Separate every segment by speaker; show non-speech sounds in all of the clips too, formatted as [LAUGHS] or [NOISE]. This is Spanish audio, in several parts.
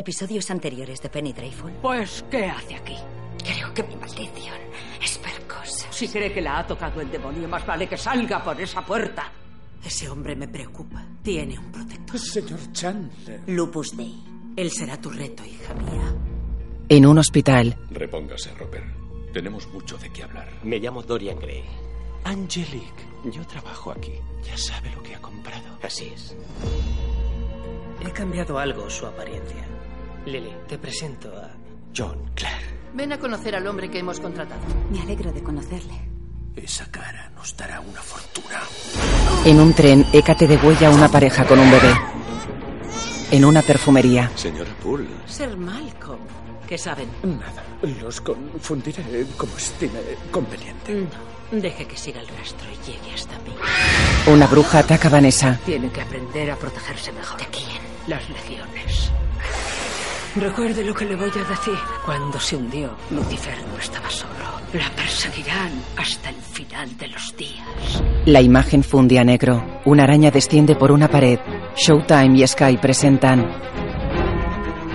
Speaker 1: Episodios anteriores de Penny Dreyfus.
Speaker 2: Pues, ¿qué hace aquí?
Speaker 3: Creo que mi maldición es ver cosas.
Speaker 2: Si cree que la ha tocado el demonio, más vale que salga por esa puerta.
Speaker 4: Ese hombre me preocupa. Tiene un protector.
Speaker 5: Pues, Señor Chandler.
Speaker 4: Lupus Dei. Él será tu reto, hija mía.
Speaker 6: En un hospital,
Speaker 7: Repóngase, Roper. Tenemos mucho de qué hablar.
Speaker 8: Me llamo Dorian Gray.
Speaker 9: Angelique, yo trabajo aquí. Ya sabe lo que ha comprado.
Speaker 8: Así es. He cambiado algo su apariencia. Lily, te presento a John Clark.
Speaker 10: Ven a conocer al hombre que hemos contratado.
Speaker 3: Me alegro de conocerle.
Speaker 9: Esa cara nos dará una fortuna.
Speaker 6: en un tren, Hécate degüella a una pareja con un bebé. En una perfumería,
Speaker 7: Señora Poole.
Speaker 4: Ser Malcolm. ¿Qué saben?
Speaker 5: Nada. Los confundiré como estime Eh, conveniente.
Speaker 4: No. Deje que siga el rastro y llegue hasta mí.
Speaker 6: una bruja ataca a Vanessa.
Speaker 2: Tiene que aprender a protegerse mejor.
Speaker 3: ¿De quién?
Speaker 2: Las legiones. Recuerde lo que le voy a decir. Cuando se hundió, Lucifer no estaba solo. La perseguirán hasta el final de los días.
Speaker 6: La imagen funde a negro. Una araña desciende por una pared. Showtime y Sky presentan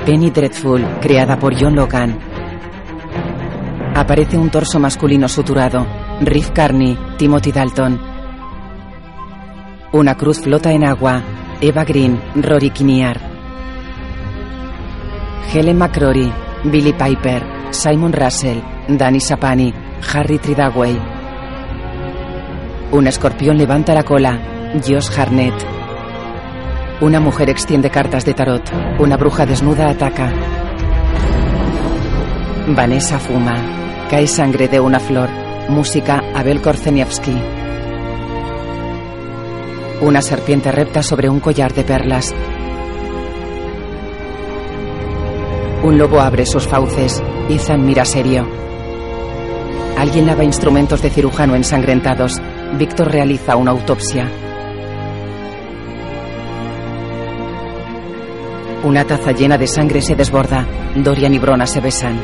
Speaker 6: Penny Dreadful, creada por John Logan. Aparece un torso masculino suturado. Riff Carney, Timothy Dalton. Una cruz flota en agua. Eva Green, Rory Kinnear. Helen McCrory, Billy Piper, Simon Russell, Danny Sapani, Harry Tridaway. Un escorpión levanta la cola. Josh Harnett. Una mujer extiende cartas de tarot. Una bruja desnuda ataca. Vanessa fuma. Cae sangre de una flor. Música Abel Korzeniewski. Una serpiente repta sobre un collar de perlas. Un lobo abre sus fauces. Ethan mira serio. Alguien lava instrumentos de cirujano ensangrentados. Víctor realiza una autopsia. Una taza llena de sangre se desborda. Dorian y Brona se besan.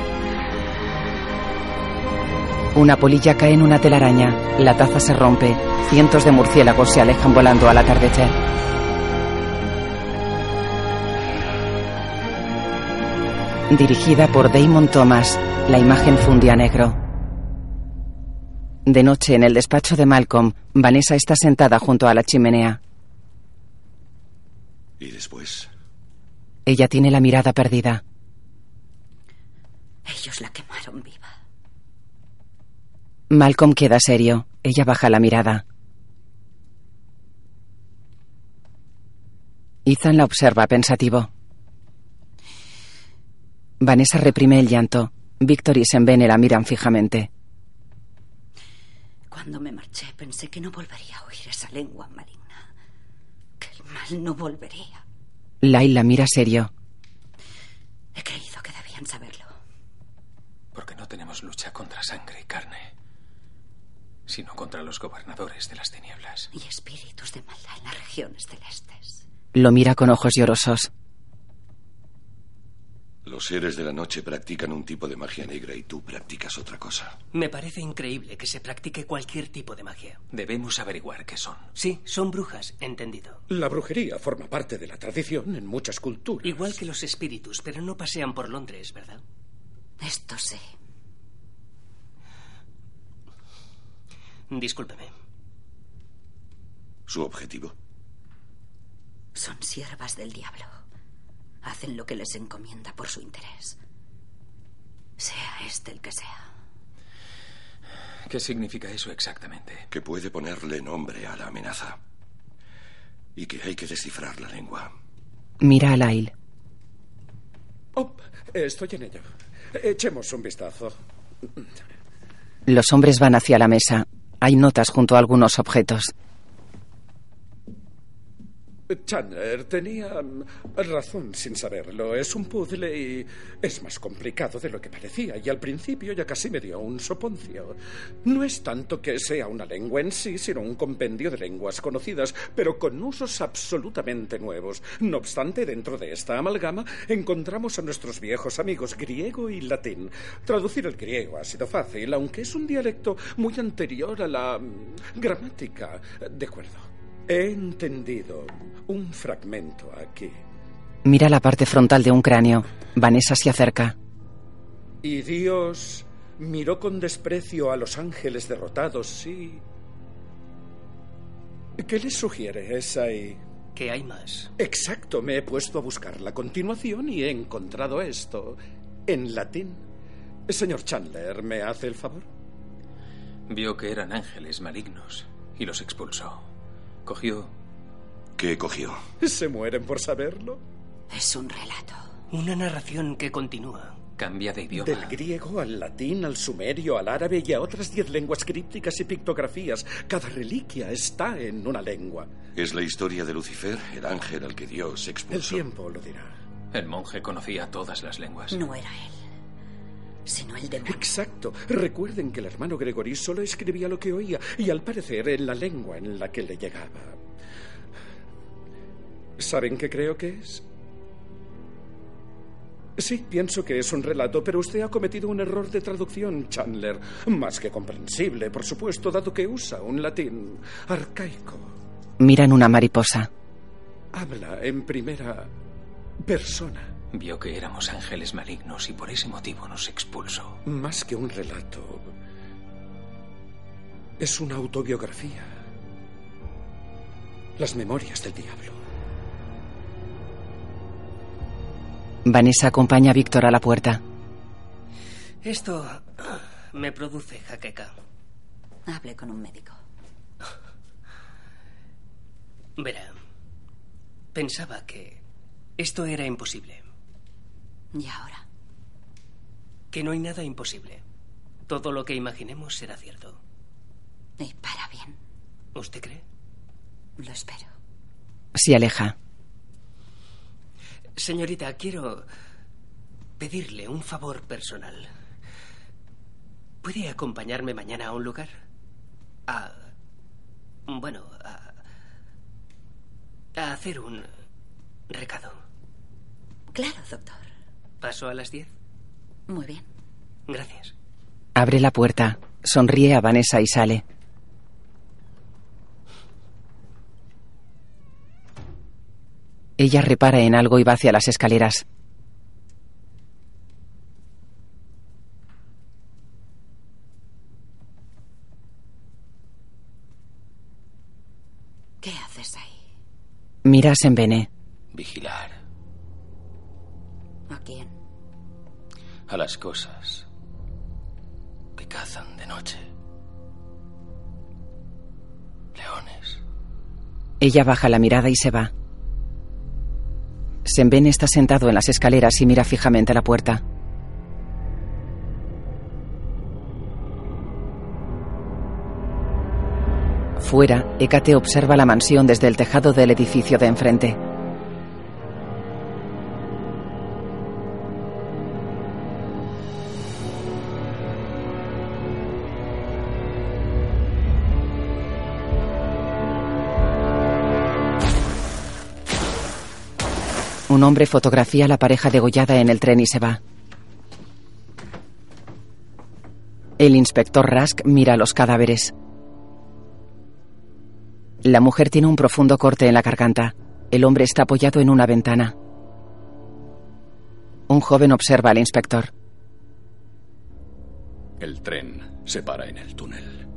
Speaker 6: Una polilla cae en una telaraña. La taza se rompe. Cientos de murciélagos se alejan volando al atardecer. Dirigida por Damon Thomas, la imagen fundía negro. De noche, en el despacho de Malcolm, Vanessa está sentada junto a la chimenea.
Speaker 7: ¿Y después?
Speaker 6: Ella tiene la mirada perdida.
Speaker 3: Ellos la quemaron viva.
Speaker 6: Malcolm queda serio. Ella baja la mirada. Ethan la observa pensativo. Vanessa reprime el llanto. Victor y Sembene la miran fijamente.
Speaker 3: Cuando me marché pensé que no volvería a oír esa lengua maligna. Que el mal no volvería.
Speaker 6: Lyle la mira serio.
Speaker 3: He creído que debían saberlo.
Speaker 9: Porque no tenemos lucha contra sangre y carne, sino contra los gobernadores de las tinieblas.
Speaker 3: Y espíritus de maldad en las regiones celestes.
Speaker 6: Lo mira con ojos llorosos.
Speaker 7: Los seres de la noche practican un tipo de magia negra y tú practicas otra cosa.
Speaker 8: Me parece increíble que se practique cualquier tipo de magia.
Speaker 9: Debemos averiguar qué son.
Speaker 8: Sí, son brujas, entendido.
Speaker 5: La brujería forma parte de la tradición en muchas culturas.
Speaker 8: Igual que los espíritus, pero no pasean por Londres, ¿verdad?
Speaker 3: Esto sí.
Speaker 8: Discúlpeme.
Speaker 7: ¿Su objetivo?
Speaker 3: Son siervas del diablo. Hacen lo que les encomienda por su interés. Sea este el que sea.
Speaker 9: ¿Qué significa eso exactamente?
Speaker 7: Que puede ponerle nombre a la amenaza. Y que hay que descifrar la lengua.
Speaker 6: Mira a Lyle.
Speaker 5: Oh, estoy en ello. Echemos un vistazo.
Speaker 6: Los hombres van hacia la mesa. Hay notas junto a algunos objetos.
Speaker 5: Chandler tenía mm, razón sin saberlo. Es un puzzle y es más complicado de lo que parecía. Y al principio ya casi me dio un soponcio. No es tanto que sea una lengua en sí, sino un compendio de lenguas conocidas, pero con usos absolutamente nuevos. No obstante, dentro de esta amalgama encontramos a nuestros viejos amigos griego y latín. Traducir el griego ha sido fácil, aunque es un dialecto muy anterior a la mm, gramática. De acuerdo. He entendido un fragmento aquí.
Speaker 6: Mira la parte frontal de un cráneo. Vanessa se acerca.
Speaker 5: Y Dios miró con desprecio a los ángeles derrotados y... ¿Qué les sugiere esa y...?
Speaker 11: Que hay más.
Speaker 5: Exacto, me he puesto a buscar la continuación y he encontrado esto en latín. Señor Chandler, ¿me hace el favor?
Speaker 12: Vio que eran ángeles malignos y los expulsó. Cogió...
Speaker 13: ¿Qué cogió?
Speaker 5: [LAUGHS] ¿Se mueren por saberlo?
Speaker 14: Es un relato.
Speaker 11: Una narración que continúa.
Speaker 12: Cambia de idioma.
Speaker 5: Del griego al latín, al sumerio, al árabe y a otras diez lenguas crípticas y pictografías. Cada reliquia está en una lengua.
Speaker 13: Es la historia de Lucifer, el ángel al que Dios expulsó.
Speaker 5: El tiempo lo dirá.
Speaker 12: El monje conocía todas las lenguas.
Speaker 14: No era él, sino el demonio.
Speaker 5: Pues Exacto. Recuerden que el hermano Gregory solo escribía lo que oía y al parecer en la lengua en la que le llegaba. ¿Saben qué creo que es? Sí, pienso que es un relato, pero usted ha cometido un error de traducción, Chandler. Más que comprensible, por supuesto, dado que usa un latín arcaico.
Speaker 6: Miran una mariposa.
Speaker 5: Habla en primera persona.
Speaker 12: Vio que éramos ángeles malignos y por ese motivo nos expulsó.
Speaker 5: Más que un relato. Es una autobiografía. Las memorias del diablo.
Speaker 6: Vanessa acompaña a Víctor a la puerta.
Speaker 11: Esto ah, me produce jaqueca.
Speaker 14: Hable con un médico.
Speaker 11: Verá, pensaba que esto era imposible.
Speaker 14: ¿Y ahora?
Speaker 11: Que no hay nada imposible. Todo lo que imaginemos será cierto.
Speaker 14: Y para bien.
Speaker 11: ¿Usted cree?
Speaker 14: Lo espero.
Speaker 6: Se aleja.
Speaker 11: Señorita, quiero pedirle un favor personal. ¿Puede acompañarme mañana a un lugar? A... Bueno, a... A hacer un recado.
Speaker 14: Claro, doctor.
Speaker 11: ¿Paso a las diez?
Speaker 14: Muy bien.
Speaker 11: Gracias.
Speaker 6: Abre la puerta, sonríe a Vanessa y sale. Ella repara en algo y va hacia las escaleras.
Speaker 14: ¿Qué haces ahí?
Speaker 6: Miras en Bene.
Speaker 12: Vigilar.
Speaker 14: ¿A quién?
Speaker 12: A las cosas que cazan de noche. Leones.
Speaker 6: Ella baja la mirada y se va. Senben está sentado en las escaleras y mira fijamente a la puerta. Fuera, Hecate observa la mansión desde el tejado del edificio de enfrente. Un hombre fotografía a la pareja degollada en el tren y se va. El inspector Rask mira los cadáveres. La mujer tiene un profundo corte en la garganta. El hombre está apoyado en una ventana. Un joven observa al inspector.
Speaker 13: El tren se para en el túnel.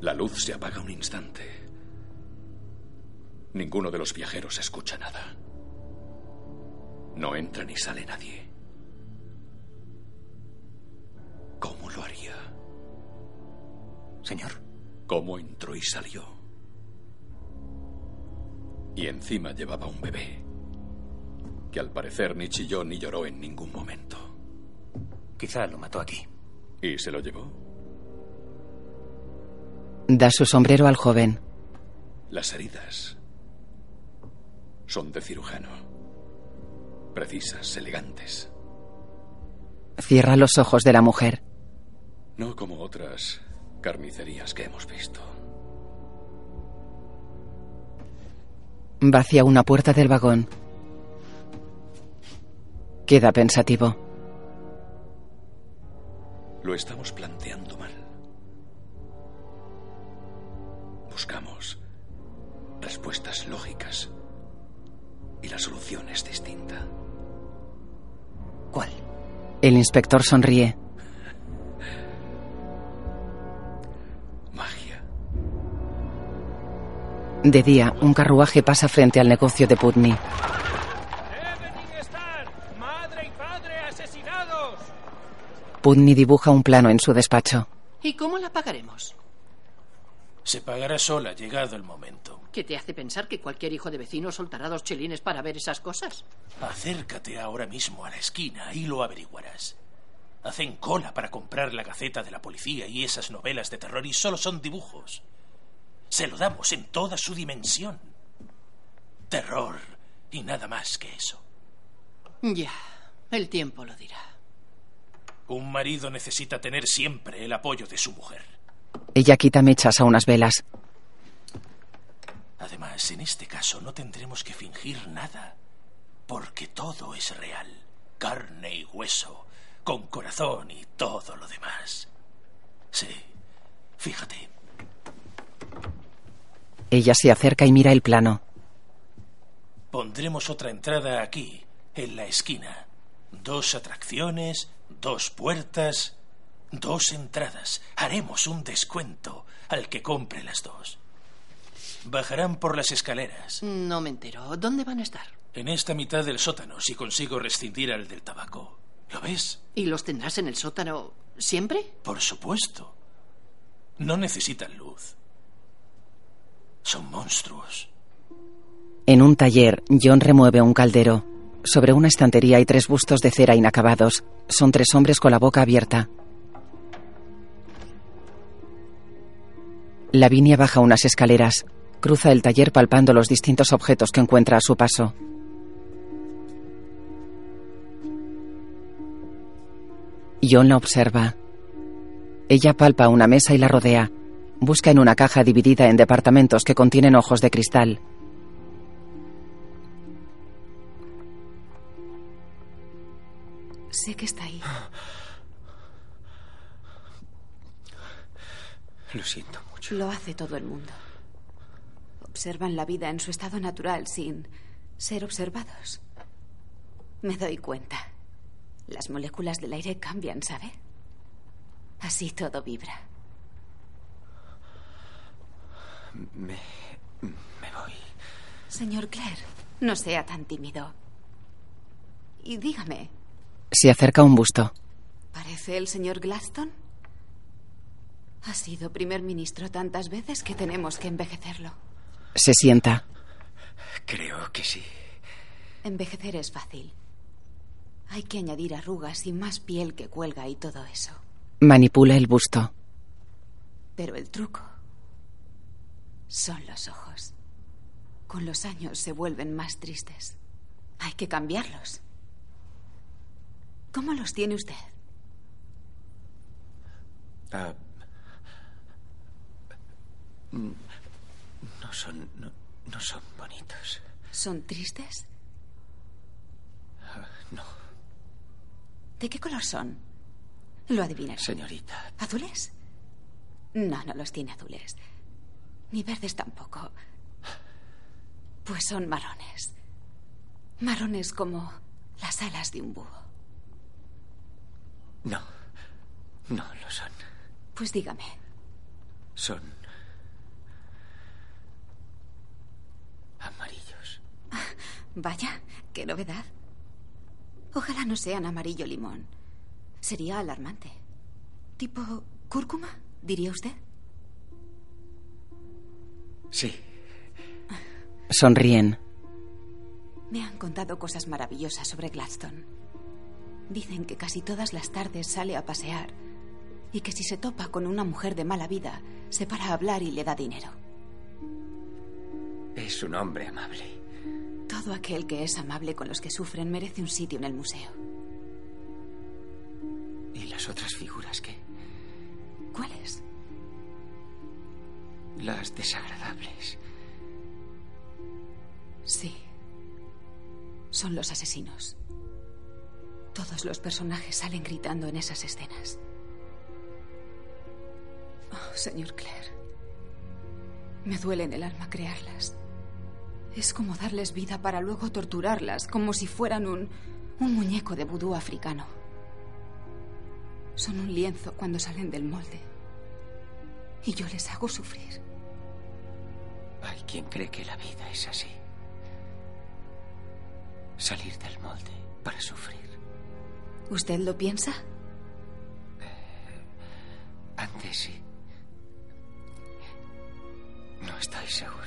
Speaker 13: La luz se apaga un instante. Ninguno de los viajeros escucha nada. No entra ni sale nadie. ¿Cómo lo haría?
Speaker 12: Señor.
Speaker 13: ¿Cómo entró y salió? Y encima llevaba un bebé, que al parecer ni chilló ni lloró en ningún momento.
Speaker 12: Quizá lo mató aquí.
Speaker 13: ¿Y se lo llevó?
Speaker 6: Da su sombrero al joven.
Speaker 13: Las heridas son de cirujano. Precisas, elegantes.
Speaker 6: Cierra los ojos de la mujer.
Speaker 13: No como otras carnicerías que hemos visto.
Speaker 6: Va hacia una puerta del vagón. Queda pensativo.
Speaker 13: Lo estamos planteando mal. Buscamos respuestas lógicas
Speaker 12: la solución es distinta.
Speaker 6: ¿Cuál? El inspector sonríe.
Speaker 12: Magia.
Speaker 6: De día, un carruaje pasa frente al negocio de Putney. Putney dibuja un plano en su despacho.
Speaker 10: ¿Y cómo la pagaremos?
Speaker 15: Se pagará sola, llegado el momento.
Speaker 10: ¿Qué te hace pensar que cualquier hijo de vecino soltará dos chelines para ver esas cosas?
Speaker 15: Acércate ahora mismo a la esquina y lo averiguarás. Hacen cola para comprar la Gaceta de la Policía y esas novelas de terror y solo son dibujos. Se lo damos en toda su dimensión. Terror y nada más que eso.
Speaker 10: Ya, el tiempo lo dirá.
Speaker 15: Un marido necesita tener siempre el apoyo de su mujer.
Speaker 6: Ella quita mechas a unas velas.
Speaker 15: Además, en este caso no tendremos que fingir nada, porque todo es real, carne y hueso, con corazón y todo lo demás. Sí, fíjate.
Speaker 6: Ella se acerca y mira el plano.
Speaker 15: Pondremos otra entrada aquí, en la esquina. Dos atracciones, dos puertas, dos entradas. Haremos un descuento al que compre las dos. Bajarán por las escaleras.
Speaker 10: No me entero. ¿Dónde van a estar?
Speaker 15: En esta mitad del sótano, si consigo rescindir al del tabaco. ¿Lo ves?
Speaker 10: ¿Y los tendrás en el sótano siempre?
Speaker 15: Por supuesto. No necesitan luz. Son monstruos.
Speaker 6: En un taller, John remueve un caldero. Sobre una estantería hay tres bustos de cera inacabados. Son tres hombres con la boca abierta. Lavinia baja unas escaleras. Cruza el taller palpando los distintos objetos que encuentra a su paso. John la observa. Ella palpa una mesa y la rodea. Busca en una caja dividida en departamentos que contienen ojos de cristal.
Speaker 16: Sé que está ahí.
Speaker 12: Lo siento mucho.
Speaker 16: Lo hace todo el mundo. Observan la vida en su estado natural sin ser observados. Me doy cuenta. Las moléculas del aire cambian, ¿sabe? Así todo vibra.
Speaker 12: Me. me voy.
Speaker 16: Señor Clare, no sea tan tímido. Y dígame,
Speaker 6: Se acerca un busto.
Speaker 16: ¿parece el señor Gladstone? Ha sido primer ministro tantas veces que tenemos que envejecerlo.
Speaker 6: Se sienta.
Speaker 12: Creo que sí.
Speaker 16: Envejecer es fácil. Hay que añadir arrugas y más piel que cuelga y todo eso.
Speaker 6: Manipula el busto.
Speaker 16: Pero el truco son los ojos. Con los años se vuelven más tristes. Hay que cambiarlos. ¿Cómo los tiene usted?
Speaker 12: Ah, mm, no son. No, no son bonitos.
Speaker 16: ¿Son tristes?
Speaker 12: Ah, no,
Speaker 16: ¿De qué color son? Lo adivinaré.
Speaker 12: señorita.
Speaker 16: ¿Azules? No, no los tiene azules. Ni verdes tampoco. Pues son marrones. Marrones como las alas de un búho.
Speaker 12: No. No lo son.
Speaker 16: Pues dígame,
Speaker 12: Son. amarillos.
Speaker 16: vaya, qué novedad. Ojalá no sean amarillo limón. Sería alarmante. ¿Tipo cúrcuma, diría usted?
Speaker 12: Sí.
Speaker 6: Sonríen.
Speaker 16: Me han contado cosas maravillosas sobre Gladstone. Dicen que casi todas las tardes sale a pasear y que si se topa con una mujer de mala vida, se para a hablar y le da dinero.
Speaker 12: Es un hombre amable.
Speaker 16: Todo aquel que es amable con los que sufren merece un sitio en el museo.
Speaker 12: ¿Y las otras figuras qué?
Speaker 16: ¿Cuáles?
Speaker 12: Las desagradables.
Speaker 16: Sí. Son los asesinos. Todos los personajes salen gritando en esas escenas. Oh, señor Clare. Me duele en el alma crearlas. Es como darles vida para luego torturarlas, como si fueran un, un muñeco de vudú africano. Son un lienzo cuando salen del molde. Y yo les hago sufrir.
Speaker 8: Hay quien cree que la vida es así. Salir del molde para sufrir.
Speaker 16: ¿Usted lo piensa?
Speaker 8: Antes sí. No estoy seguro.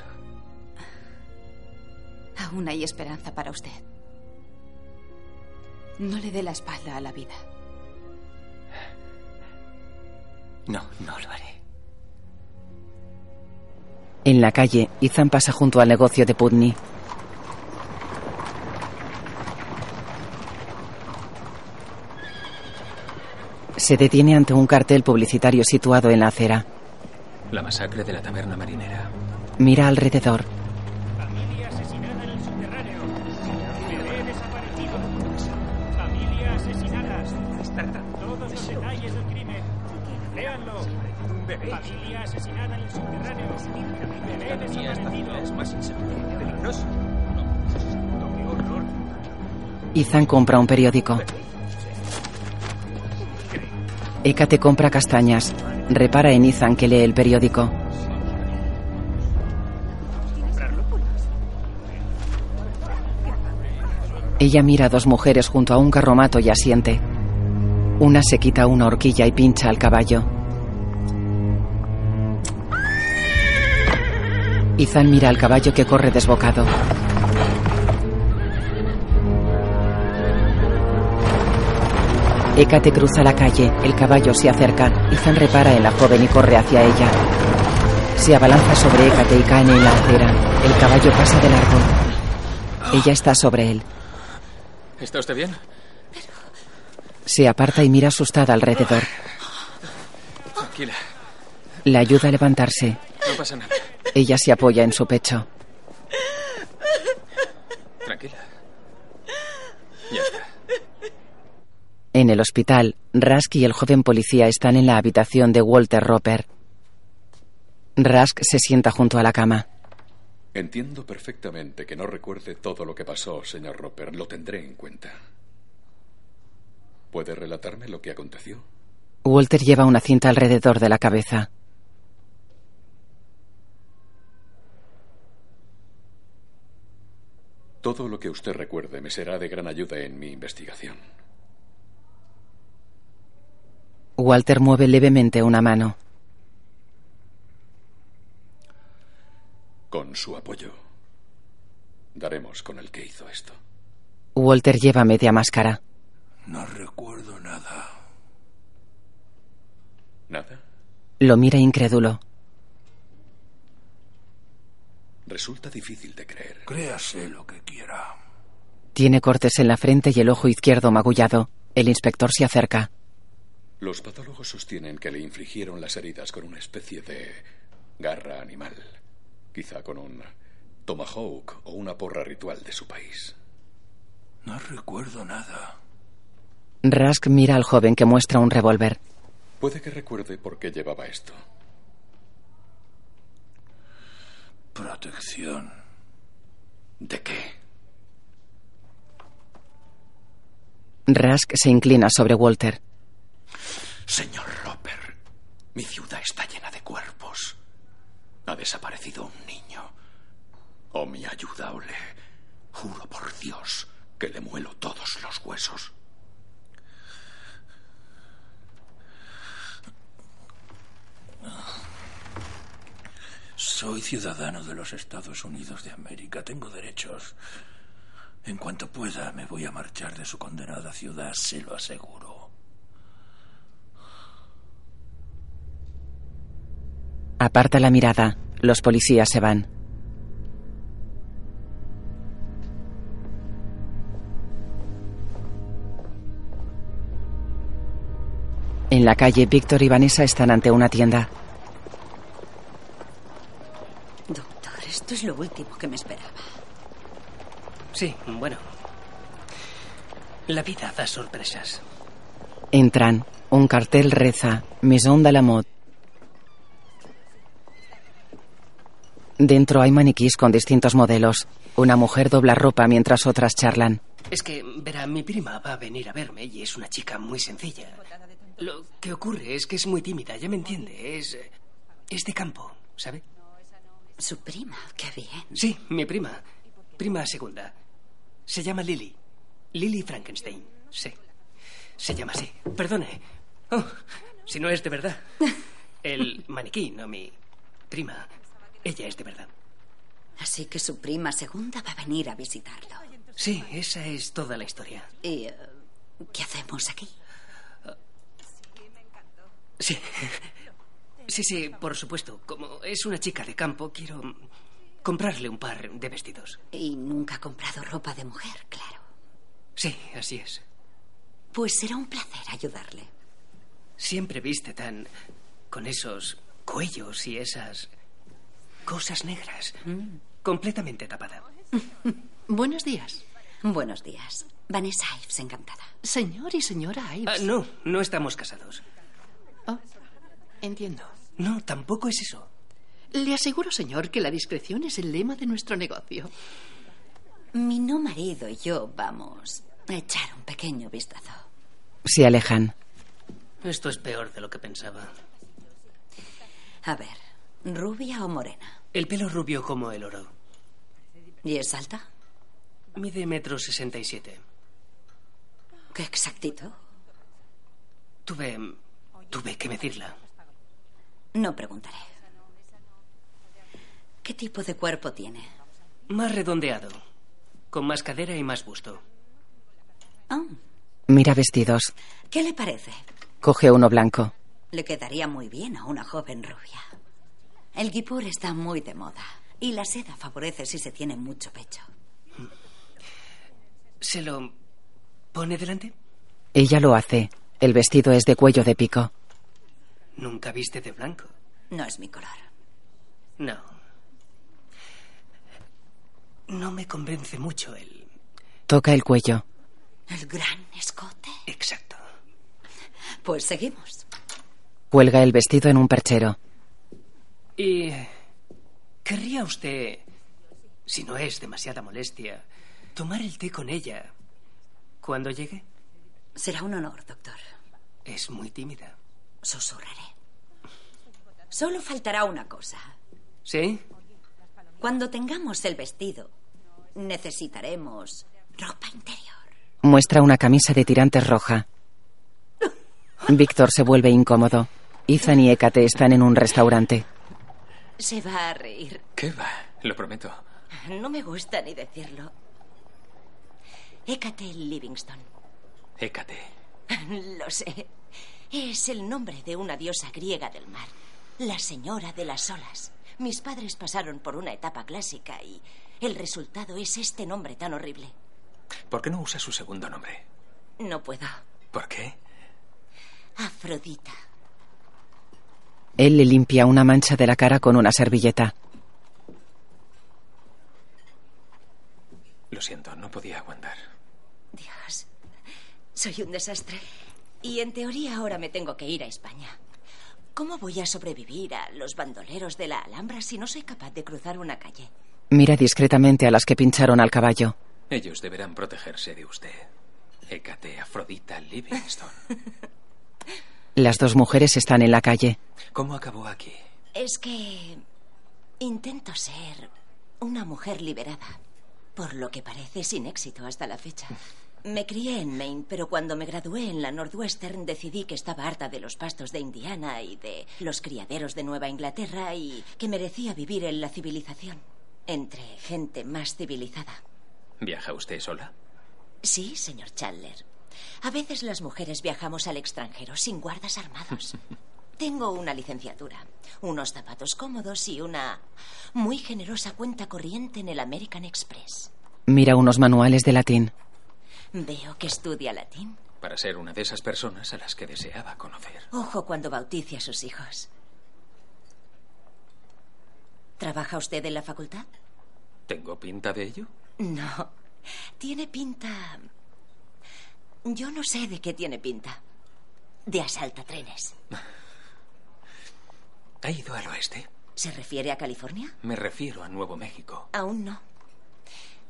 Speaker 16: Aún hay esperanza para usted. No le dé la espalda a la vida.
Speaker 8: No, no lo haré.
Speaker 6: En la calle, Ethan pasa junto al negocio de Putney. Se detiene ante un cartel publicitario situado en la acera.
Speaker 12: La masacre de la taberna marinera.
Speaker 6: Mira alrededor.
Speaker 17: Familia asesinada en el subterráneo. Bebé desaparecido. Familia asesinada. Todos los detalles del crimen. Léanlo. Familia asesinada en el subterráneo. Bebé desaparecido. Es más insegura peligrosa. Qué horror.
Speaker 6: Ethan compra un periódico. Hécate compra castañas. Repara en Ethan que lee el periódico. Ella mira a dos mujeres junto a un carromato y asiente. Una se quita una horquilla y pincha al caballo. Ethan mira al caballo que corre desbocado. Hécate cruza la calle, el caballo se acerca, Ethan repara en la joven y corre hacia ella. Se abalanza sobre Hécate y cae en la acera. El caballo pasa de largo. Ella está sobre él.
Speaker 12: ¿Está usted bien?
Speaker 6: Se aparta y mira asustada alrededor.
Speaker 12: [GASPS] Tranquila,
Speaker 6: La ayuda a levantarse.
Speaker 12: no pasa nada.
Speaker 6: Ella se apoya en su pecho.
Speaker 12: Tranquila. Ya está.
Speaker 6: En el hospital, Rask y el joven policía están en la habitación de Walter Roper. Rask se sienta junto a la cama.
Speaker 13: Entiendo perfectamente que no recuerde todo lo que pasó, señor Roper. Lo tendré en cuenta. ¿Puede relatarme lo que aconteció?
Speaker 6: Walter lleva una cinta alrededor de la cabeza.
Speaker 13: Todo lo que usted recuerde me será de gran ayuda en mi investigación.
Speaker 6: Walter mueve levemente una mano.
Speaker 13: Con su apoyo, daremos con el que hizo esto.
Speaker 6: Walter lleva media máscara.
Speaker 13: No recuerdo nada. ¿Nada?
Speaker 6: Lo mira incrédulo.
Speaker 13: Resulta difícil de creer.
Speaker 15: Créase lo que quiera.
Speaker 6: Tiene cortes en la frente y el ojo izquierdo magullado. El inspector se acerca.
Speaker 13: Los patólogos sostienen que le infligieron las heridas con una especie de garra animal, quizá con un tomahawk o una porra ritual de su país.
Speaker 15: No recuerdo nada.
Speaker 6: Rask mira al joven que muestra un revólver.
Speaker 13: Puede que recuerde por qué llevaba esto.
Speaker 15: Protección.
Speaker 13: ¿De qué?
Speaker 6: Rask se inclina sobre Walter.
Speaker 18: Señor Roper, mi ciudad está llena de cuerpos. Ha desaparecido un niño. Oh, mi ayuda, Ole. Juro por Dios que le muelo todos los huesos.
Speaker 15: Soy ciudadano de los Estados Unidos de América. Tengo derechos. En cuanto pueda, me voy a marchar de su condenada ciudad, se lo aseguro.
Speaker 6: Aparta la mirada. Los policías se van. En la calle, Víctor y Vanessa están ante una tienda.
Speaker 3: Doctor, esto es lo último que me esperaba.
Speaker 8: Sí, bueno. La vida da sorpresas.
Speaker 6: Entran. Un cartel reza Maison de la Mode. Dentro hay maniquís con distintos modelos. Una mujer dobla ropa mientras otras charlan.
Speaker 8: Es que, verá, mi prima va a venir a verme y es una chica muy sencilla. Lo que ocurre es que es muy tímida, ya me entiende. Es. es de campo, ¿sabe?
Speaker 14: Su prima, qué bien.
Speaker 8: Sí, mi prima. Prima segunda. Se llama Lily. Lily Frankenstein. Sí. Se llama así. Perdone. Oh, si no es
Speaker 14: [LAUGHS]
Speaker 8: de verdad. El maniquí, no mi prima. Ella es de verdad.
Speaker 14: Así que su prima segunda va a venir a visitarlo.
Speaker 8: Sí, esa es toda la historia.
Speaker 14: ¿Y eh, qué hacemos aquí?
Speaker 8: Sí. Sí, sí, por supuesto. Como es una chica de campo, quiero comprarle un par de vestidos.
Speaker 14: Y nunca ha comprado ropa de mujer, claro.
Speaker 8: Sí, así es.
Speaker 14: Pues será un placer ayudarle.
Speaker 8: Siempre viste tan... con esos cuellos y esas... cosas negras.
Speaker 14: Mm.
Speaker 8: Completamente tapada.
Speaker 10: Buenos días.
Speaker 14: Buenos días. Vanessa Ives, encantada.
Speaker 10: Señor y señora Ives.
Speaker 8: Ah, no, no estamos casados.
Speaker 10: Entiendo.
Speaker 8: No, tampoco es eso.
Speaker 10: Le aseguro, señor, que la discreción es el lema de nuestro negocio.
Speaker 14: Mi no marido y yo vamos a echar un pequeño vistazo.
Speaker 6: Se alejan.
Speaker 8: Esto es peor de lo que pensaba.
Speaker 14: A ver, ¿rubia o morena?
Speaker 8: El pelo rubio como el oro.
Speaker 14: ¿Y es alta?
Speaker 8: Mide metro sesenta y siete.
Speaker 14: ¿Qué exactito?
Speaker 8: Tuve. tuve que medirla.
Speaker 14: No preguntaré. ¿Qué tipo de cuerpo tiene?
Speaker 8: Más redondeado. Con más cadera y más busto.
Speaker 14: Ah,
Speaker 6: Mira vestidos.
Speaker 14: ¿Qué le parece?
Speaker 6: Coge uno blanco.
Speaker 14: Le quedaría muy bien a una joven rubia. El guipur está muy de moda y la seda favorece si se tiene mucho pecho.
Speaker 8: ¿Se lo pone delante?
Speaker 6: Ella lo hace. El vestido es de cuello de pico.
Speaker 8: Nunca viste de blanco.
Speaker 14: No es mi color.
Speaker 8: No. No me convence mucho el.
Speaker 6: Toca el cuello.
Speaker 14: El gran escote.
Speaker 8: Exacto.
Speaker 14: Pues seguimos.
Speaker 6: Cuelga el vestido en un perchero.
Speaker 8: ¿Y querría usted, si no es demasiada molestia, tomar el té con ella cuando llegue?
Speaker 14: Será un honor, doctor.
Speaker 8: Es muy tímida.
Speaker 14: Susurraré. Solo faltará una cosa.
Speaker 8: ¿Sí?
Speaker 14: Cuando tengamos el vestido, necesitaremos ropa interior.
Speaker 6: Muestra una camisa de tirantes roja. Víctor se vuelve incómodo. Ethan y Hécate están en un restaurante.
Speaker 14: Se va a reír.
Speaker 12: ¿Qué va? Lo prometo.
Speaker 14: No me gusta ni decirlo. Hécate Livingston.
Speaker 12: Hécate.
Speaker 14: Lo sé. Es el nombre de una diosa griega del mar, la señora de las olas. Mis padres pasaron por una etapa clásica y el resultado es este nombre tan horrible.
Speaker 12: ¿Por qué no usa su segundo nombre?
Speaker 14: No puedo.
Speaker 12: ¿Por qué?
Speaker 14: Afrodita.
Speaker 6: Él le limpia una mancha de la cara con una servilleta.
Speaker 12: Lo siento, no podía aguantar.
Speaker 14: Dios, soy un desastre. Y en teoría ahora me tengo que ir a España. ¿Cómo voy a sobrevivir a los bandoleros de la Alhambra si no soy capaz de cruzar una calle?
Speaker 6: Mira discretamente a las que pincharon al caballo.
Speaker 12: Ellos deberán protegerse de usted. Hécate, Afrodita Livingston. [LAUGHS]
Speaker 6: Las dos mujeres están en la calle.
Speaker 12: ¿Cómo acabó aquí?
Speaker 14: Es que intento ser una mujer liberada, por lo que parece sin éxito hasta la fecha. Me crié en Maine, pero cuando me gradué en la Northwestern decidí que estaba harta de los pastos de Indiana y de los criaderos de Nueva Inglaterra y que merecía vivir en la civilización, entre gente más civilizada.
Speaker 12: ¿Viaja usted [LAUGHS] sola?
Speaker 14: Sí, señor Chandler. A veces las mujeres viajamos al extranjero sin guardas armados. Tengo una licenciatura, unos zapatos cómodos y una muy generosa cuenta corriente en el American Express.
Speaker 6: Mira unos manuales de latín.
Speaker 14: Veo que estudia latín.
Speaker 12: Para ser una de esas personas a las que deseaba conocer.
Speaker 14: Ojo cuando bautice a sus hijos. ¿Trabaja usted en la facultad?
Speaker 12: ¿Tengo pinta de ello?
Speaker 14: No. Tiene pinta... Yo no sé de qué tiene pinta. De asaltatrenes.
Speaker 12: ¿Ha ido al oeste?
Speaker 14: ¿Se refiere a California?
Speaker 12: Me refiero a Nuevo México.
Speaker 14: Aún no.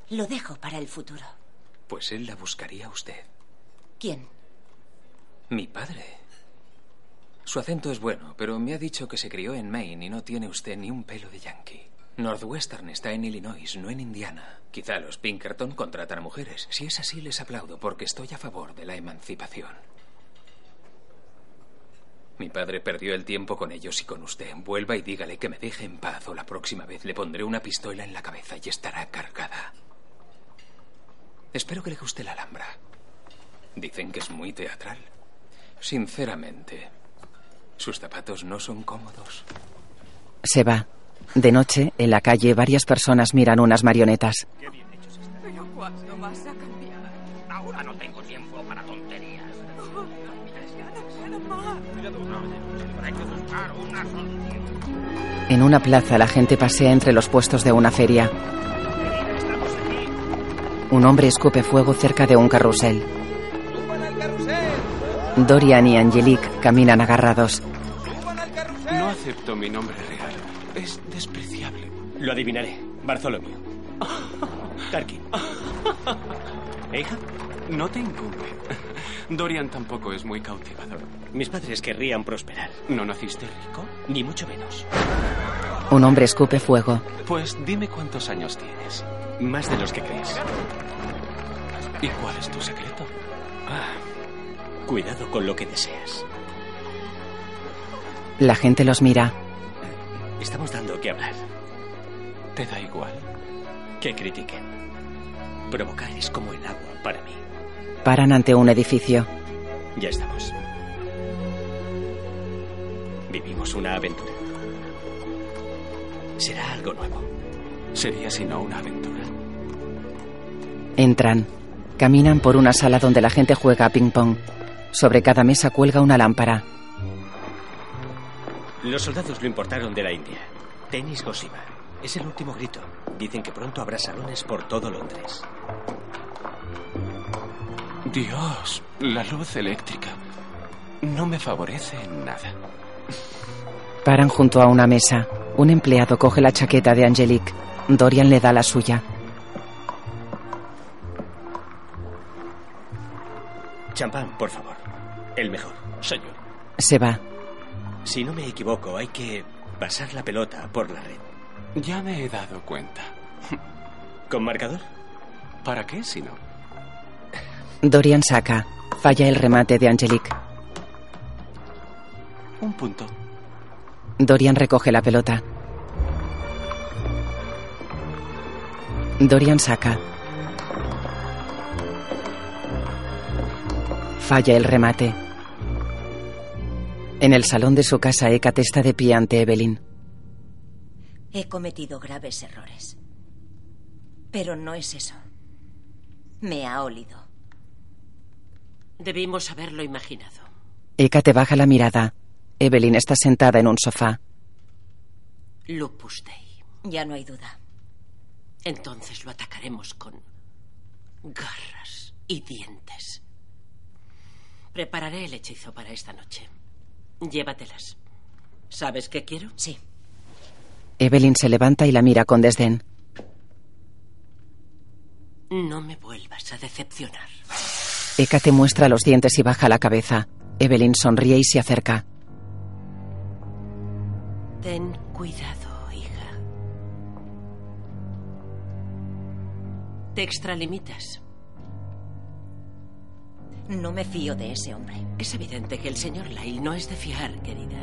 Speaker 14: Lo dejo para el futuro.
Speaker 12: Pues él la buscaría a usted.
Speaker 14: ¿Quién?
Speaker 12: Mi padre. Su acento es bueno, pero me ha dicho que se crió en Maine y no tiene usted ni un pelo de yankee. Northwestern está en Illinois, no en Indiana. Quizá los Pinkerton contratan a mujeres. Si es así, les aplaudo porque estoy a favor de la emancipación. Mi padre perdió el tiempo con ellos y con usted. Vuelva y dígale que me deje en paz o la próxima vez le pondré una pistola en la cabeza y estará cargada. Espero que le guste la Alhambra. Dicen que es muy teatral. Sinceramente, sus zapatos no son cómodos.
Speaker 6: Se va. De noche, en la calle, varias personas miran unas marionetas.
Speaker 19: ¿Pero cuándo vas a cambiar?
Speaker 20: Ahora no tengo tiempo para tonterías.
Speaker 19: Oh, ya no puedo más.
Speaker 20: Hay que buscar una solución.
Speaker 6: En una plaza, la gente pasea entre los puestos de una feria. Un hombre escupe fuego cerca de un carrusel. Dorian y Angelique caminan agarrados.
Speaker 9: No acepto mi nombre real. Es despreciable.
Speaker 21: Lo adivinaré.
Speaker 9: [LAUGHS]
Speaker 21: Bartholomew. Tarkin. ¿Eh, hija?
Speaker 9: No te incumbe. Dorian tampoco es muy cautivador.
Speaker 21: Mis padres querrían prosperar.
Speaker 9: ¿No naciste rico?
Speaker 21: Ni mucho menos.
Speaker 6: Un hombre escupe fuego.
Speaker 9: Pues dime cuántos años tienes.
Speaker 21: Más de los que crees.
Speaker 9: ¿Y cuál es tu secreto?
Speaker 21: Ah, cuidado con lo que deseas.
Speaker 6: La gente los mira.
Speaker 21: Estamos dando que hablar.
Speaker 9: ¿Te da igual?
Speaker 21: Que critiquen. Provocar es como el agua para mí.
Speaker 6: Paran ante un edificio.
Speaker 21: Ya estamos. Vivimos una aventura. Será algo nuevo.
Speaker 9: Sería sino una aventura.
Speaker 6: Entran. Caminan por una sala donde la gente juega a ping-pong. Sobre cada mesa cuelga una lámpara.
Speaker 21: Los soldados lo importaron de la India. Tenis Goshiba. Es el último grito. Dicen que pronto habrá salones por todo Londres.
Speaker 9: Dios, la luz eléctrica no me favorece en nada.
Speaker 6: Paran junto a una mesa. Un empleado coge la chaqueta de Angelique. Dorian le da la suya.
Speaker 21: Champán, por favor. El mejor, señor.
Speaker 6: Se va.
Speaker 21: Si no me equivoco, hay que pasar la pelota por la red.
Speaker 9: Ya me he dado cuenta.
Speaker 21: ¿Con marcador?
Speaker 9: ¿Para qué si no?
Speaker 6: Dorian saca. Falla el remate de Angelique.
Speaker 9: Un punto.
Speaker 6: Dorian recoge la pelota. Dorian saca. Falla el remate. En el salón de su casa, Hecate está de pie ante Evelyn.
Speaker 14: He cometido graves errores. Pero no es eso. Me ha olido.
Speaker 2: Debimos haberlo imaginado.
Speaker 6: Hecate baja la mirada. Evelyn está sentada en un sofá.
Speaker 2: Lupus Dei.
Speaker 14: Ya no hay duda.
Speaker 2: Entonces lo atacaremos con garras y dientes. Prepararé el hechizo para esta noche. Llévatelas. ¿Sabes qué quiero?
Speaker 14: Sí.
Speaker 6: Evelyn se levanta y la mira con desdén.
Speaker 2: No me vuelvas a decepcionar.
Speaker 6: Hecate muestra los dientes y baja la cabeza. Evelyn sonríe y se acerca.
Speaker 2: Ten cuidado, hija. Te extralimitas.
Speaker 14: No me fío de ese hombre.
Speaker 2: Es evidente que el señor Lyle no es de fiar, querida.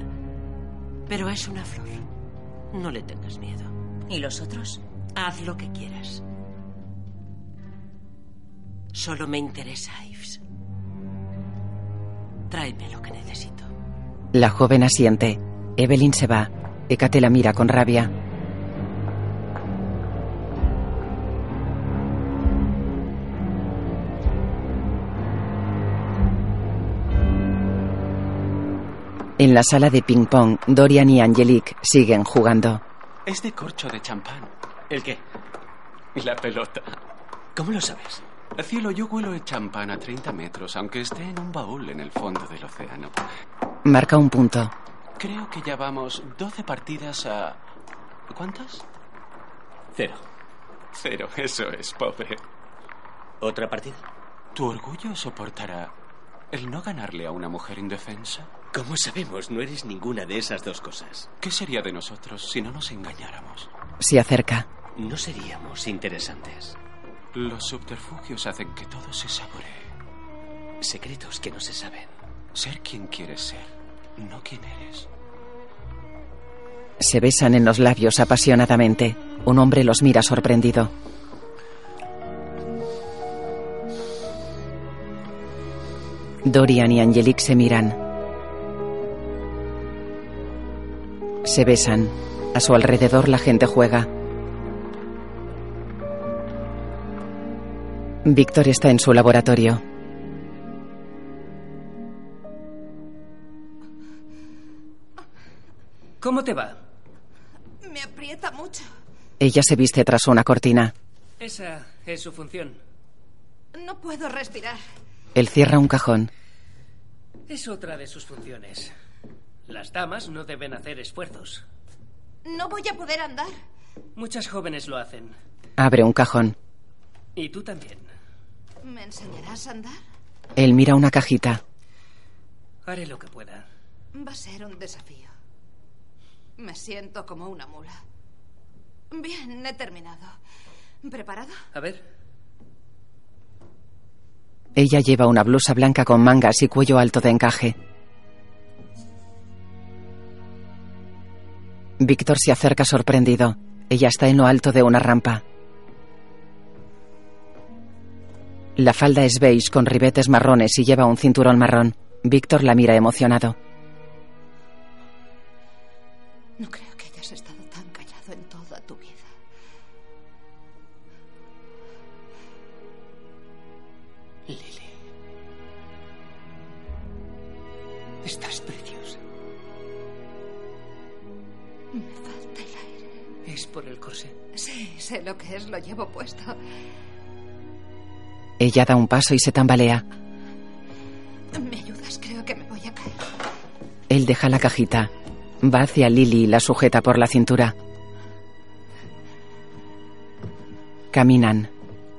Speaker 2: Pero es una flor. No le tengas miedo.
Speaker 14: ¿Y los otros?
Speaker 2: Haz lo que quieras. Solo me interesa Ives. Tráeme lo que necesito.
Speaker 6: La joven asiente. Evelyn se va. Hecate la mira con rabia. En la sala de ping-pong, Dorian y Angelique siguen jugando.
Speaker 9: Es de corcho de champán.
Speaker 21: ¿El qué?
Speaker 9: La pelota.
Speaker 21: ¿Cómo lo sabes?
Speaker 9: Cielo, yo huelo el champán a 30 metros, aunque esté en un baúl en el fondo del océano.
Speaker 6: Marca un punto.
Speaker 9: Creo que ya vamos 12 partidas a
Speaker 21: ¿Cuántas? Cero.
Speaker 9: Cero, eso es, pobre.
Speaker 21: ¿Otra partida?
Speaker 9: ¿Tu orgullo soportará el no ganarle a una mujer indefensa?
Speaker 21: Como sabemos, no eres ninguna de esas dos cosas.
Speaker 9: ¿Qué sería de nosotros si no nos engañáramos?
Speaker 6: Se acerca.
Speaker 21: No seríamos interesantes.
Speaker 9: Los subterfugios hacen que todo se saboree.
Speaker 21: Secretos que no se saben.
Speaker 9: Ser quien quieres ser, no quien eres.
Speaker 6: Se besan en los labios apasionadamente. Un hombre los mira sorprendido. Dorian y Angelique se miran. Se besan. A su alrededor la gente juega. Víctor está en su laboratorio.
Speaker 8: ¿Cómo te va?
Speaker 19: Me aprieta mucho.
Speaker 6: Ella se viste tras una cortina.
Speaker 8: Esa es su función.
Speaker 19: No puedo respirar.
Speaker 6: Él cierra un cajón.
Speaker 8: Es otra de sus funciones. Las damas no deben hacer esfuerzos.
Speaker 19: No voy a poder andar.
Speaker 8: Muchas jóvenes lo hacen.
Speaker 6: Abre un cajón.
Speaker 8: Y tú también.
Speaker 19: ¿Me enseñarás a andar?
Speaker 6: Él mira una cajita.
Speaker 8: Haré lo que pueda.
Speaker 19: Va a ser un desafío. Me siento como una mula. Bien, he terminado. ¿Preparado?
Speaker 8: A ver.
Speaker 6: Ella lleva una blusa blanca con mangas y cuello alto de encaje. Víctor se acerca sorprendido. Ella está en lo alto de una rampa. La falda es beige con ribetes marrones y lleva un cinturón marrón. Víctor la mira emocionado.
Speaker 19: No creo que hayas estado tan callado en toda tu vida.
Speaker 8: Lily. Estás preciosa.
Speaker 19: Me falta el aire.
Speaker 8: ¿Es por el corsé?
Speaker 19: Sí, sé lo que es, lo llevo puesto.
Speaker 6: Ella da un paso y se tambalea.
Speaker 19: ¿Me ayudas? Creo que me voy a caer.
Speaker 6: Él deja la cajita. Va hacia Lily y la sujeta por la cintura. Caminan.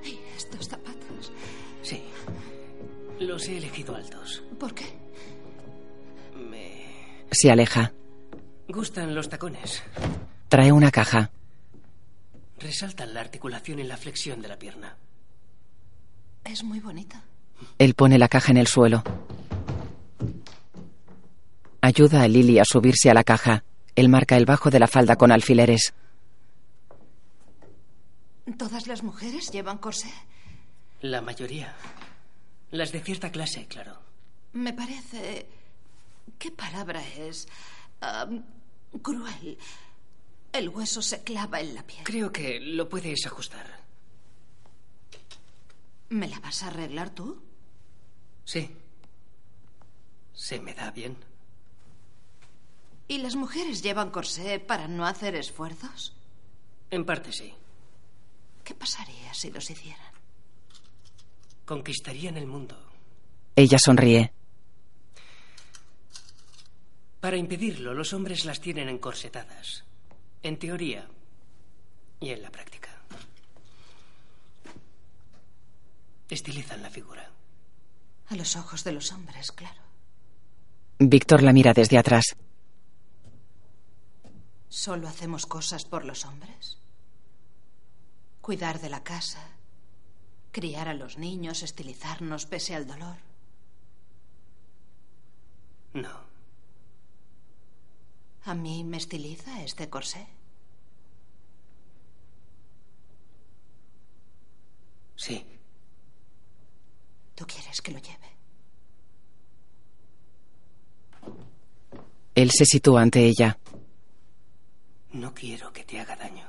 Speaker 19: ¿Y estos zapatos?
Speaker 8: Sí. Los he elegido altos.
Speaker 19: ¿Por qué?
Speaker 8: Me
Speaker 6: Se aleja.
Speaker 8: gustan los tacones.
Speaker 6: Trae una caja.
Speaker 8: Resaltan la articulación y la flexión de la pierna.
Speaker 19: Es muy bonita.
Speaker 6: Él pone la caja en el suelo. Ayuda a Lily a subirse a la caja. Él marca el bajo de la falda con alfileres.
Speaker 19: ¿Todas las mujeres llevan corsé?
Speaker 8: La mayoría. Las de cierta clase, claro.
Speaker 19: Me parece... ¿Qué palabra es? Am, cruel. El hueso se clava en la piel.
Speaker 8: Creo que lo puedes ajustar.
Speaker 19: ¿Me la vas a arreglar tú?
Speaker 8: Sí. Se me da bien.
Speaker 19: ¿Y las mujeres llevan corsé para no hacer esfuerzos?
Speaker 8: En parte sí.
Speaker 19: ¿Qué pasaría si los hicieran?
Speaker 8: Conquistarían el mundo.
Speaker 6: Ella sonríe.
Speaker 8: Para impedirlo, los hombres las tienen encorsetadas. En teoría y en la práctica. Estilizan la figura.
Speaker 19: A los ojos de los hombres, claro.
Speaker 6: Víctor la mira desde atrás.
Speaker 19: ¿Solo hacemos cosas por los hombres? Cuidar de la casa, criar a los niños, estilizarnos pese al dolor.
Speaker 8: No.
Speaker 19: ¿A mí me estiliza este corsé?
Speaker 8: Sí.
Speaker 19: ¿Tú quieres que lo lleve?
Speaker 6: Él se sitúa ante ella.
Speaker 8: No quiero que te haga daño.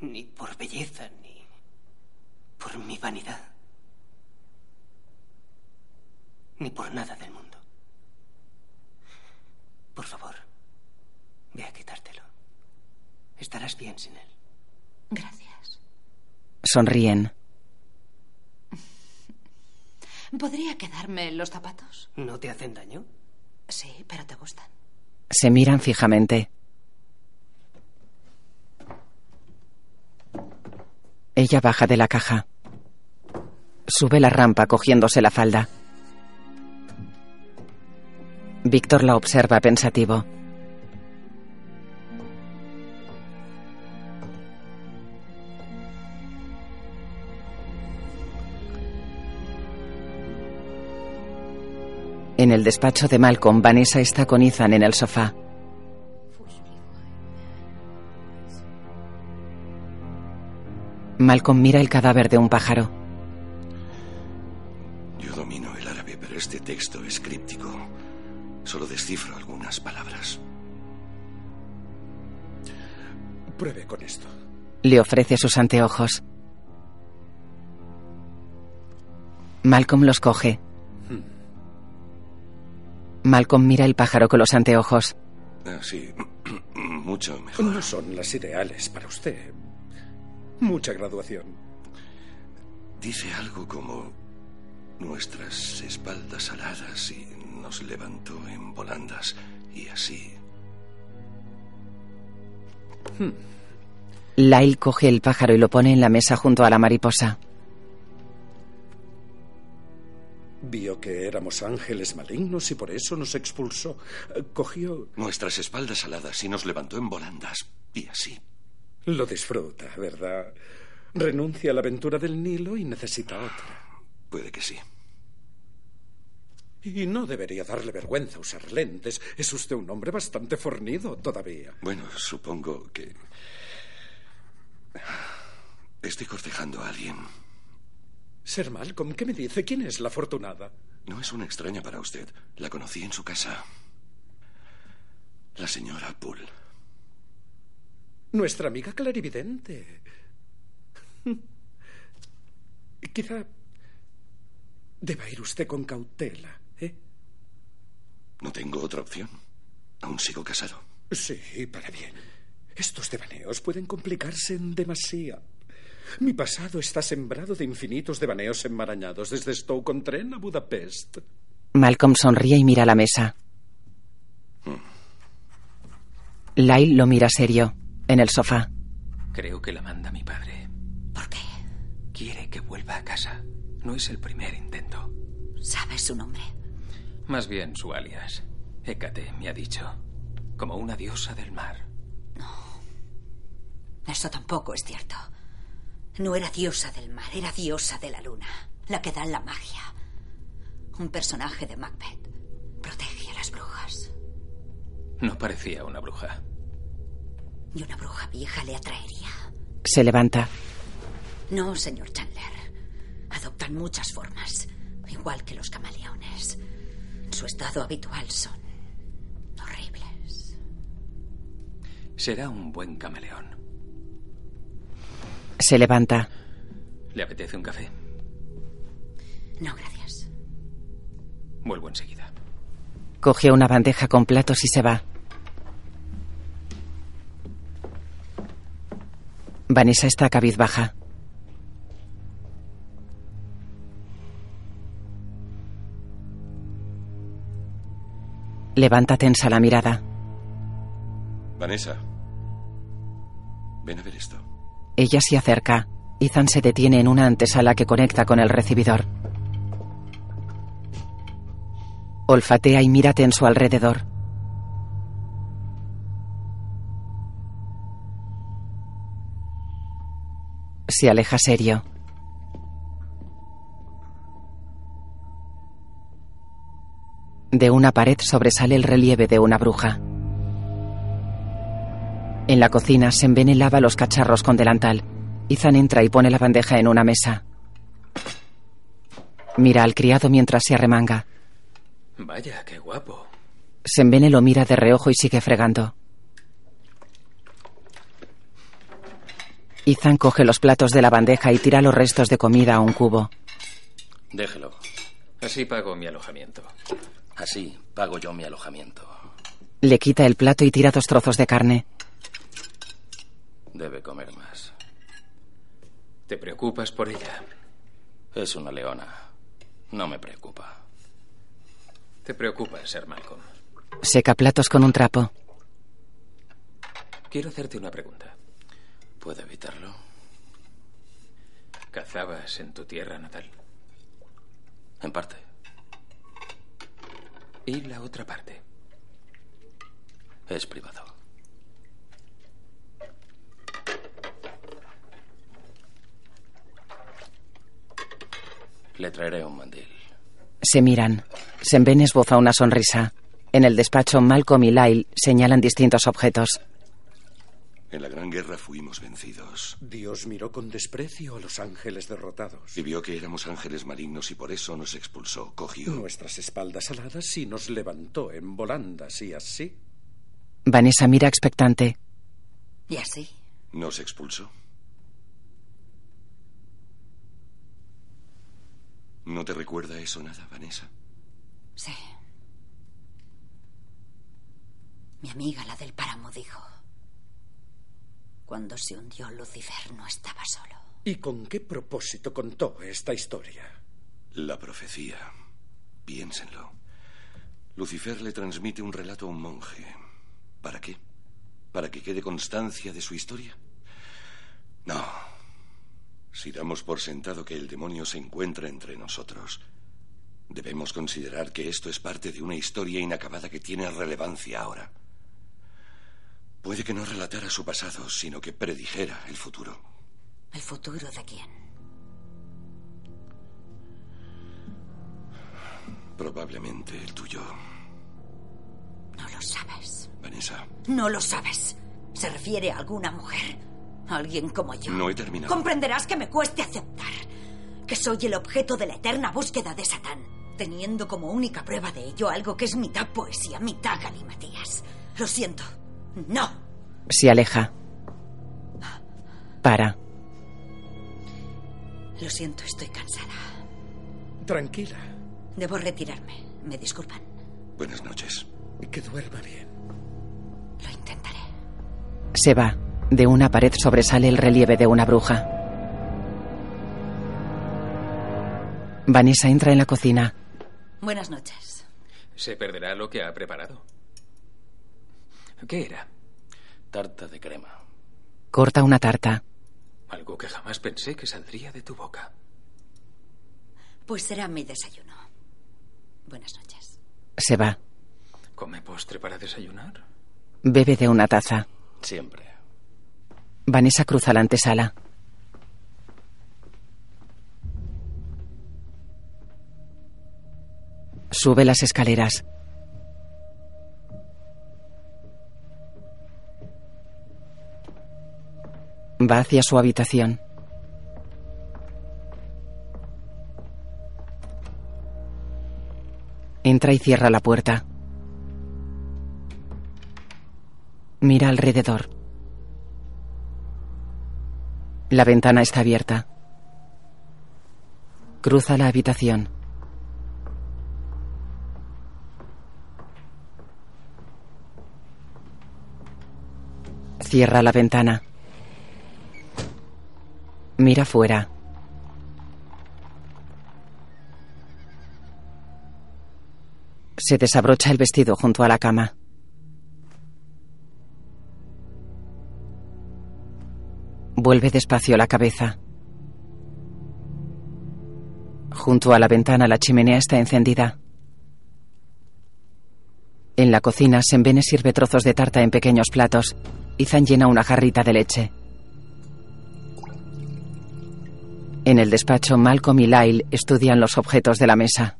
Speaker 8: Ni por belleza, ni por mi vanidad. Ni por nada del mundo. Por favor, ve a quitártelo. Estarás bien sin él.
Speaker 19: Gracias.
Speaker 6: Sonríen.
Speaker 19: ¿Podría quedarme los zapatos?
Speaker 8: ¿No te hacen daño?
Speaker 19: Sí, pero te gustan.
Speaker 6: Se miran fijamente. Ella baja de la caja. Sube la rampa cogiéndose la falda. Víctor la observa pensativo. En el despacho de Malcolm, Vanessa está con Ethan en el sofá. Malcolm mira el cadáver de un pájaro.
Speaker 7: Yo domino el árabe, pero este texto es críptico. Solo descifro algunas palabras.
Speaker 5: Pruebe con esto.
Speaker 6: Le ofrece sus anteojos. Malcolm los coge. Malcolm mira el pájaro con los anteojos.
Speaker 7: Ah, sí, [CLEARS THROAT] mucho mejor.
Speaker 5: No son las ideales para usted. Mucha graduación.
Speaker 7: Dice algo como nuestras espaldas aladas y nos levantó en volandas y así.
Speaker 6: Lyle coge el pájaro y lo pone en la mesa junto a la mariposa.
Speaker 5: Vio que éramos ángeles malignos y por eso nos expulsó. Eh, Cogió.
Speaker 7: Nuestras espaldas aladas y nos levantó en volandas y así.
Speaker 5: Lo disfruta, ¿verdad? Renuncia a la aventura del Nilo y necesita otra.
Speaker 7: Puede que sí.
Speaker 5: Y no debería darle vergüenza usar lentes. Es usted un hombre bastante fornido todavía.
Speaker 7: Bueno, supongo que... Estoy cortejando a alguien.
Speaker 5: Ser Malcolm, ¿qué me dice? ¿Quién es la afortunada?
Speaker 7: No es una extraña para usted. La conocí en su casa. La señora Poole.
Speaker 5: Nuestra amiga clarividente. [LAUGHS] Quizá deba ir usted con cautela, ¿eh?
Speaker 7: No tengo otra opción. Aún sigo casado.
Speaker 5: Sí, para bien. Estos devaneos pueden complicarse en demasía. Mi pasado está sembrado de infinitos devaneos enmarañados desde Stoke-on-Trent a Budapest.
Speaker 6: Malcolm sonríe y mira la mesa. Lyle lo mira serio, en el sofá.
Speaker 12: Creo que la manda mi padre.
Speaker 3: ¿Por qué?
Speaker 12: Quiere que vuelva a casa. No es el primer intento.
Speaker 3: ¿Sabes su nombre?
Speaker 12: Más bien su alias. Hécate, me ha dicho. Como una diosa del mar.
Speaker 3: Eso tampoco es cierto. No era diosa del mar, era diosa de la luna, la que da la magia. Un personaje de Macbeth. Protege a las brujas.
Speaker 12: No parecía una bruja.
Speaker 3: Y una bruja vieja le atraería.
Speaker 6: Se levanta.
Speaker 3: No, señor Chandler. Adoptan muchas formas, igual que los camaleones. Su estado habitual son horribles.
Speaker 12: Será un buen camaleón.
Speaker 6: Se levanta.
Speaker 12: ¿Le apetece un café?
Speaker 3: No, gracias.
Speaker 12: Vuelvo enseguida.
Speaker 6: Coge una bandeja con platos y se va. Vanessa está cabizbaja. Levanta tensa la mirada.
Speaker 7: Vanessa. Ven a ver esto.
Speaker 6: Ella se acerca. Ethan se detiene en una antesala que conecta con el recibidor. Olfatea y mírate en su alrededor. Se aleja serio. De una pared sobresale el relieve de una bruja. En la cocina, Sembene lava los cacharros con delantal. Ethan entra y pone la bandeja en una mesa. Mira al criado mientras se arremanga.
Speaker 12: Vaya, qué guapo.
Speaker 6: Sembene lo mira de reojo y sigue fregando. Ethan coge los platos de la bandeja y tira los restos de comida a un cubo.
Speaker 21: Déjelo.
Speaker 12: Así pago mi alojamiento.
Speaker 21: Así pago yo mi alojamiento.
Speaker 6: Le quita el plato y tira dos trozos de carne.
Speaker 21: Debe comer más.
Speaker 12: ¿Te preocupas por ella?
Speaker 21: Es una leona. No me preocupa.
Speaker 12: Te preocupa ser Malcolm.
Speaker 6: Seca platos con un trapo.
Speaker 12: Quiero hacerte una pregunta.
Speaker 21: ¿Puedo evitarlo?
Speaker 12: ¿Cazabas en tu tierra natal?
Speaker 9: En parte.
Speaker 12: ¿Y la otra parte?
Speaker 9: Es privado. Le traeré un mandil.
Speaker 6: Se miran. Senben esboza una sonrisa. En el despacho, Malcolm y Lyle señalan distintos objetos.
Speaker 7: En la Gran Guerra fuimos vencidos.
Speaker 5: Dios miró con desprecio a los ángeles derrotados.
Speaker 7: Y vio que éramos ángeles malignos y por eso nos expulsó. Cogió
Speaker 5: nuestras espaldas aladas y nos levantó en volandas y así.
Speaker 6: Vanessa mira expectante.
Speaker 3: ¿Y así?
Speaker 7: Nos expulsó. ¿No te recuerda eso nada, Vanessa?
Speaker 3: Sí. Mi amiga, la del páramo, dijo. Cuando se hundió Lucifer no estaba solo.
Speaker 5: ¿Y con qué propósito contó esta historia?
Speaker 7: La profecía. Piénsenlo. Lucifer le transmite un relato a un monje. ¿Para qué? ¿Para que quede constancia de su historia? No. Si damos por sentado que el demonio se encuentra entre nosotros, debemos considerar que esto es parte de una historia inacabada que tiene relevancia ahora. Puede que no relatara su pasado, sino que predijera el futuro.
Speaker 3: ¿El futuro de quién?
Speaker 7: Probablemente el tuyo,
Speaker 3: No lo sabes.
Speaker 7: Vanessa.
Speaker 3: No lo sabes. Se refiere a alguna mujer. A alguien como yo.
Speaker 7: No he terminado.
Speaker 3: Comprenderás que me cueste aceptar que soy el objeto de la eterna búsqueda de Satán, teniendo como única prueba de ello algo que es mitad poesía, mitad galimatías. Lo siento. No.
Speaker 6: Se aleja. Para.
Speaker 3: Lo siento, estoy cansada.
Speaker 5: Tranquila.
Speaker 3: Debo retirarme. Me disculpan.
Speaker 7: Buenas noches.
Speaker 5: Que duerma bien.
Speaker 3: Lo intentaré.
Speaker 6: Se va. De una pared sobresale el relieve de una bruja. Vanessa entra en la cocina.
Speaker 3: Buenas noches.
Speaker 12: Se perderá lo que ha preparado. ¿Qué era?
Speaker 9: Tarta de crema.
Speaker 6: Corta una tarta.
Speaker 12: Algo que jamás pensé que saldría de tu boca.
Speaker 3: Pues será mi desayuno. Buenas noches.
Speaker 6: Se va.
Speaker 12: ¿Come postre para desayunar?
Speaker 6: Bebe de una taza.
Speaker 9: Siempre.
Speaker 6: Vanessa cruza la antesala. Sube las escaleras. Va hacia su habitación. Entra y cierra la puerta. Mira alrededor. La ventana está abierta. Cruza la habitación. Cierra la ventana. Mira fuera. Se desabrocha el vestido junto a la cama. Vuelve despacio la cabeza. Junto a la ventana la chimenea está encendida. En la cocina, Sembene sirve trozos de tarta en pequeños platos. Izan llena una jarrita de leche. En el despacho, Malcolm y Lyle estudian los objetos de la mesa.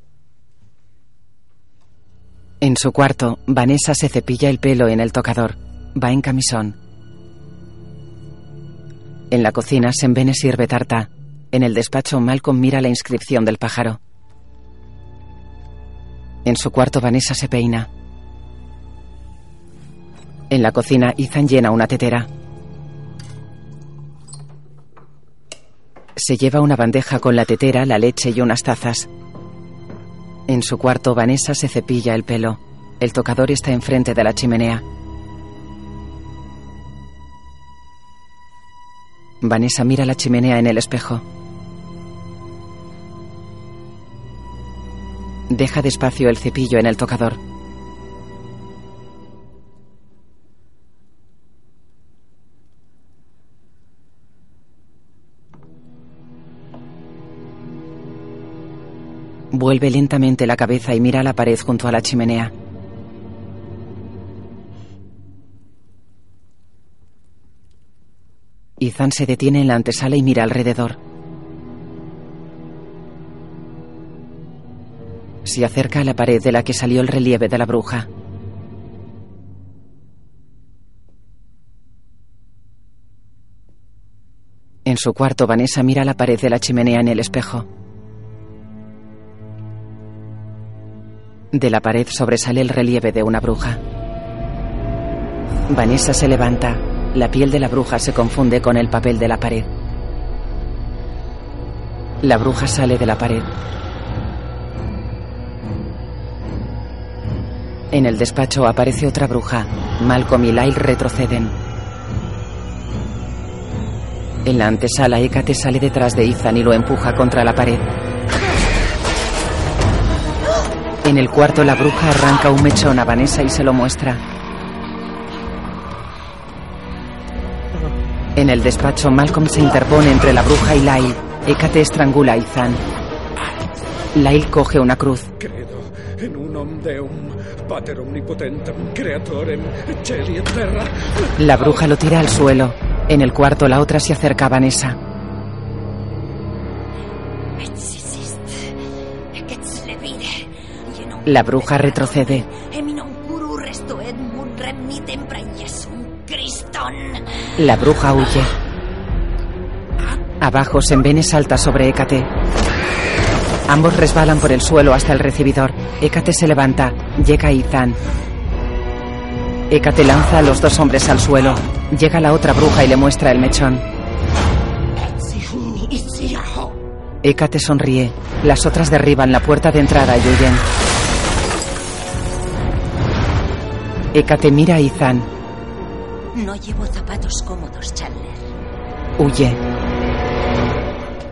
Speaker 6: En su cuarto, Vanessa se cepilla el pelo en el tocador. Va en camisón. En la cocina, Sembene sirve tarta. En el despacho, Malcolm mira la inscripción del pájaro. En su cuarto, Vanessa se peina. En la cocina, Ethan llena una tetera. Se lleva una bandeja con la tetera, la leche y unas tazas. En su cuarto, Vanessa se cepilla el pelo. El tocador está enfrente de la chimenea. Vanessa mira la chimenea en el espejo. Deja despacio el cepillo en el tocador. Vuelve lentamente la cabeza y mira a la pared junto a la chimenea. Izan se detiene en la antesala y mira alrededor. Se acerca a la pared de la que salió el relieve de la bruja. En su cuarto, Vanessa mira la pared de la chimenea en el espejo. De la pared sobresale el relieve de una bruja. Vanessa se levanta. La piel de la bruja se confunde con el papel de la pared. La bruja sale de la pared. En el despacho aparece otra bruja. Malcolm y Lyle retroceden. En la antesala, Hécate sale detrás de Ethan y lo empuja contra la pared. En el cuarto, la bruja arranca un mechón a Vanessa y se lo muestra. En el despacho, Malcolm se interpone entre la bruja y Lyle. Hécate estrangula a Ethan. Lyle coge una cruz.
Speaker 5: Credo en unum deum, pater omnipotentem, creatorem, celi et terra.
Speaker 6: La bruja lo tira al suelo. En el cuarto, la otra se acerca a Vanessa.
Speaker 3: Exist, que ets levire, lleno
Speaker 6: La bruja retrocede.
Speaker 3: Eminum curu resto et mun remitem praesum Criston.
Speaker 6: La bruja huye. Abajo, Sembene salta sobre Hécate. Ambos resbalan por el suelo hasta el recibidor. Hécate se levanta. Llega Izan. Hécate lanza a los dos hombres al suelo. Llega la otra bruja y le muestra el mechón. Hécate sonríe. Las otras derriban la puerta de entrada y huyen. Hécate mira a Izan.
Speaker 14: No llevo zapatos cómodos, Chandler.
Speaker 6: Huye.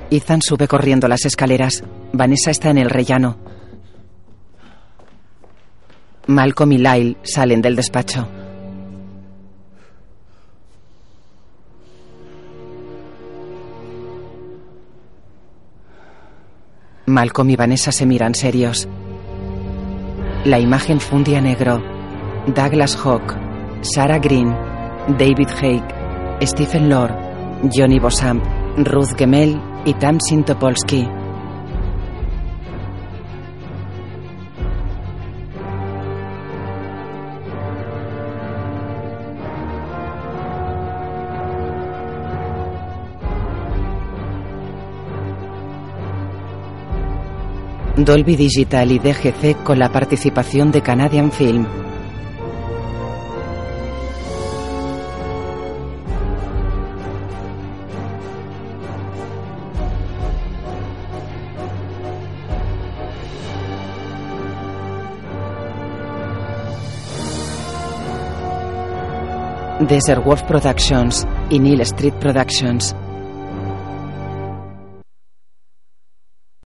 Speaker 6: Ethan sube corriendo las escaleras. Vanessa está en el rellano. Malcolm y Lyle salen del despacho. Malcolm y Vanessa se miran serios. La imagen fundía negro. Douglas Hawk, Sarah Green, David Hake, Stephen Lord, Johnny Bosamp, Ruth Gemel y Tamsin Topolsky. Dolby Digital y DGC con la participación de Canadian Film. Desert Wolf Productions y Neil Street Productions.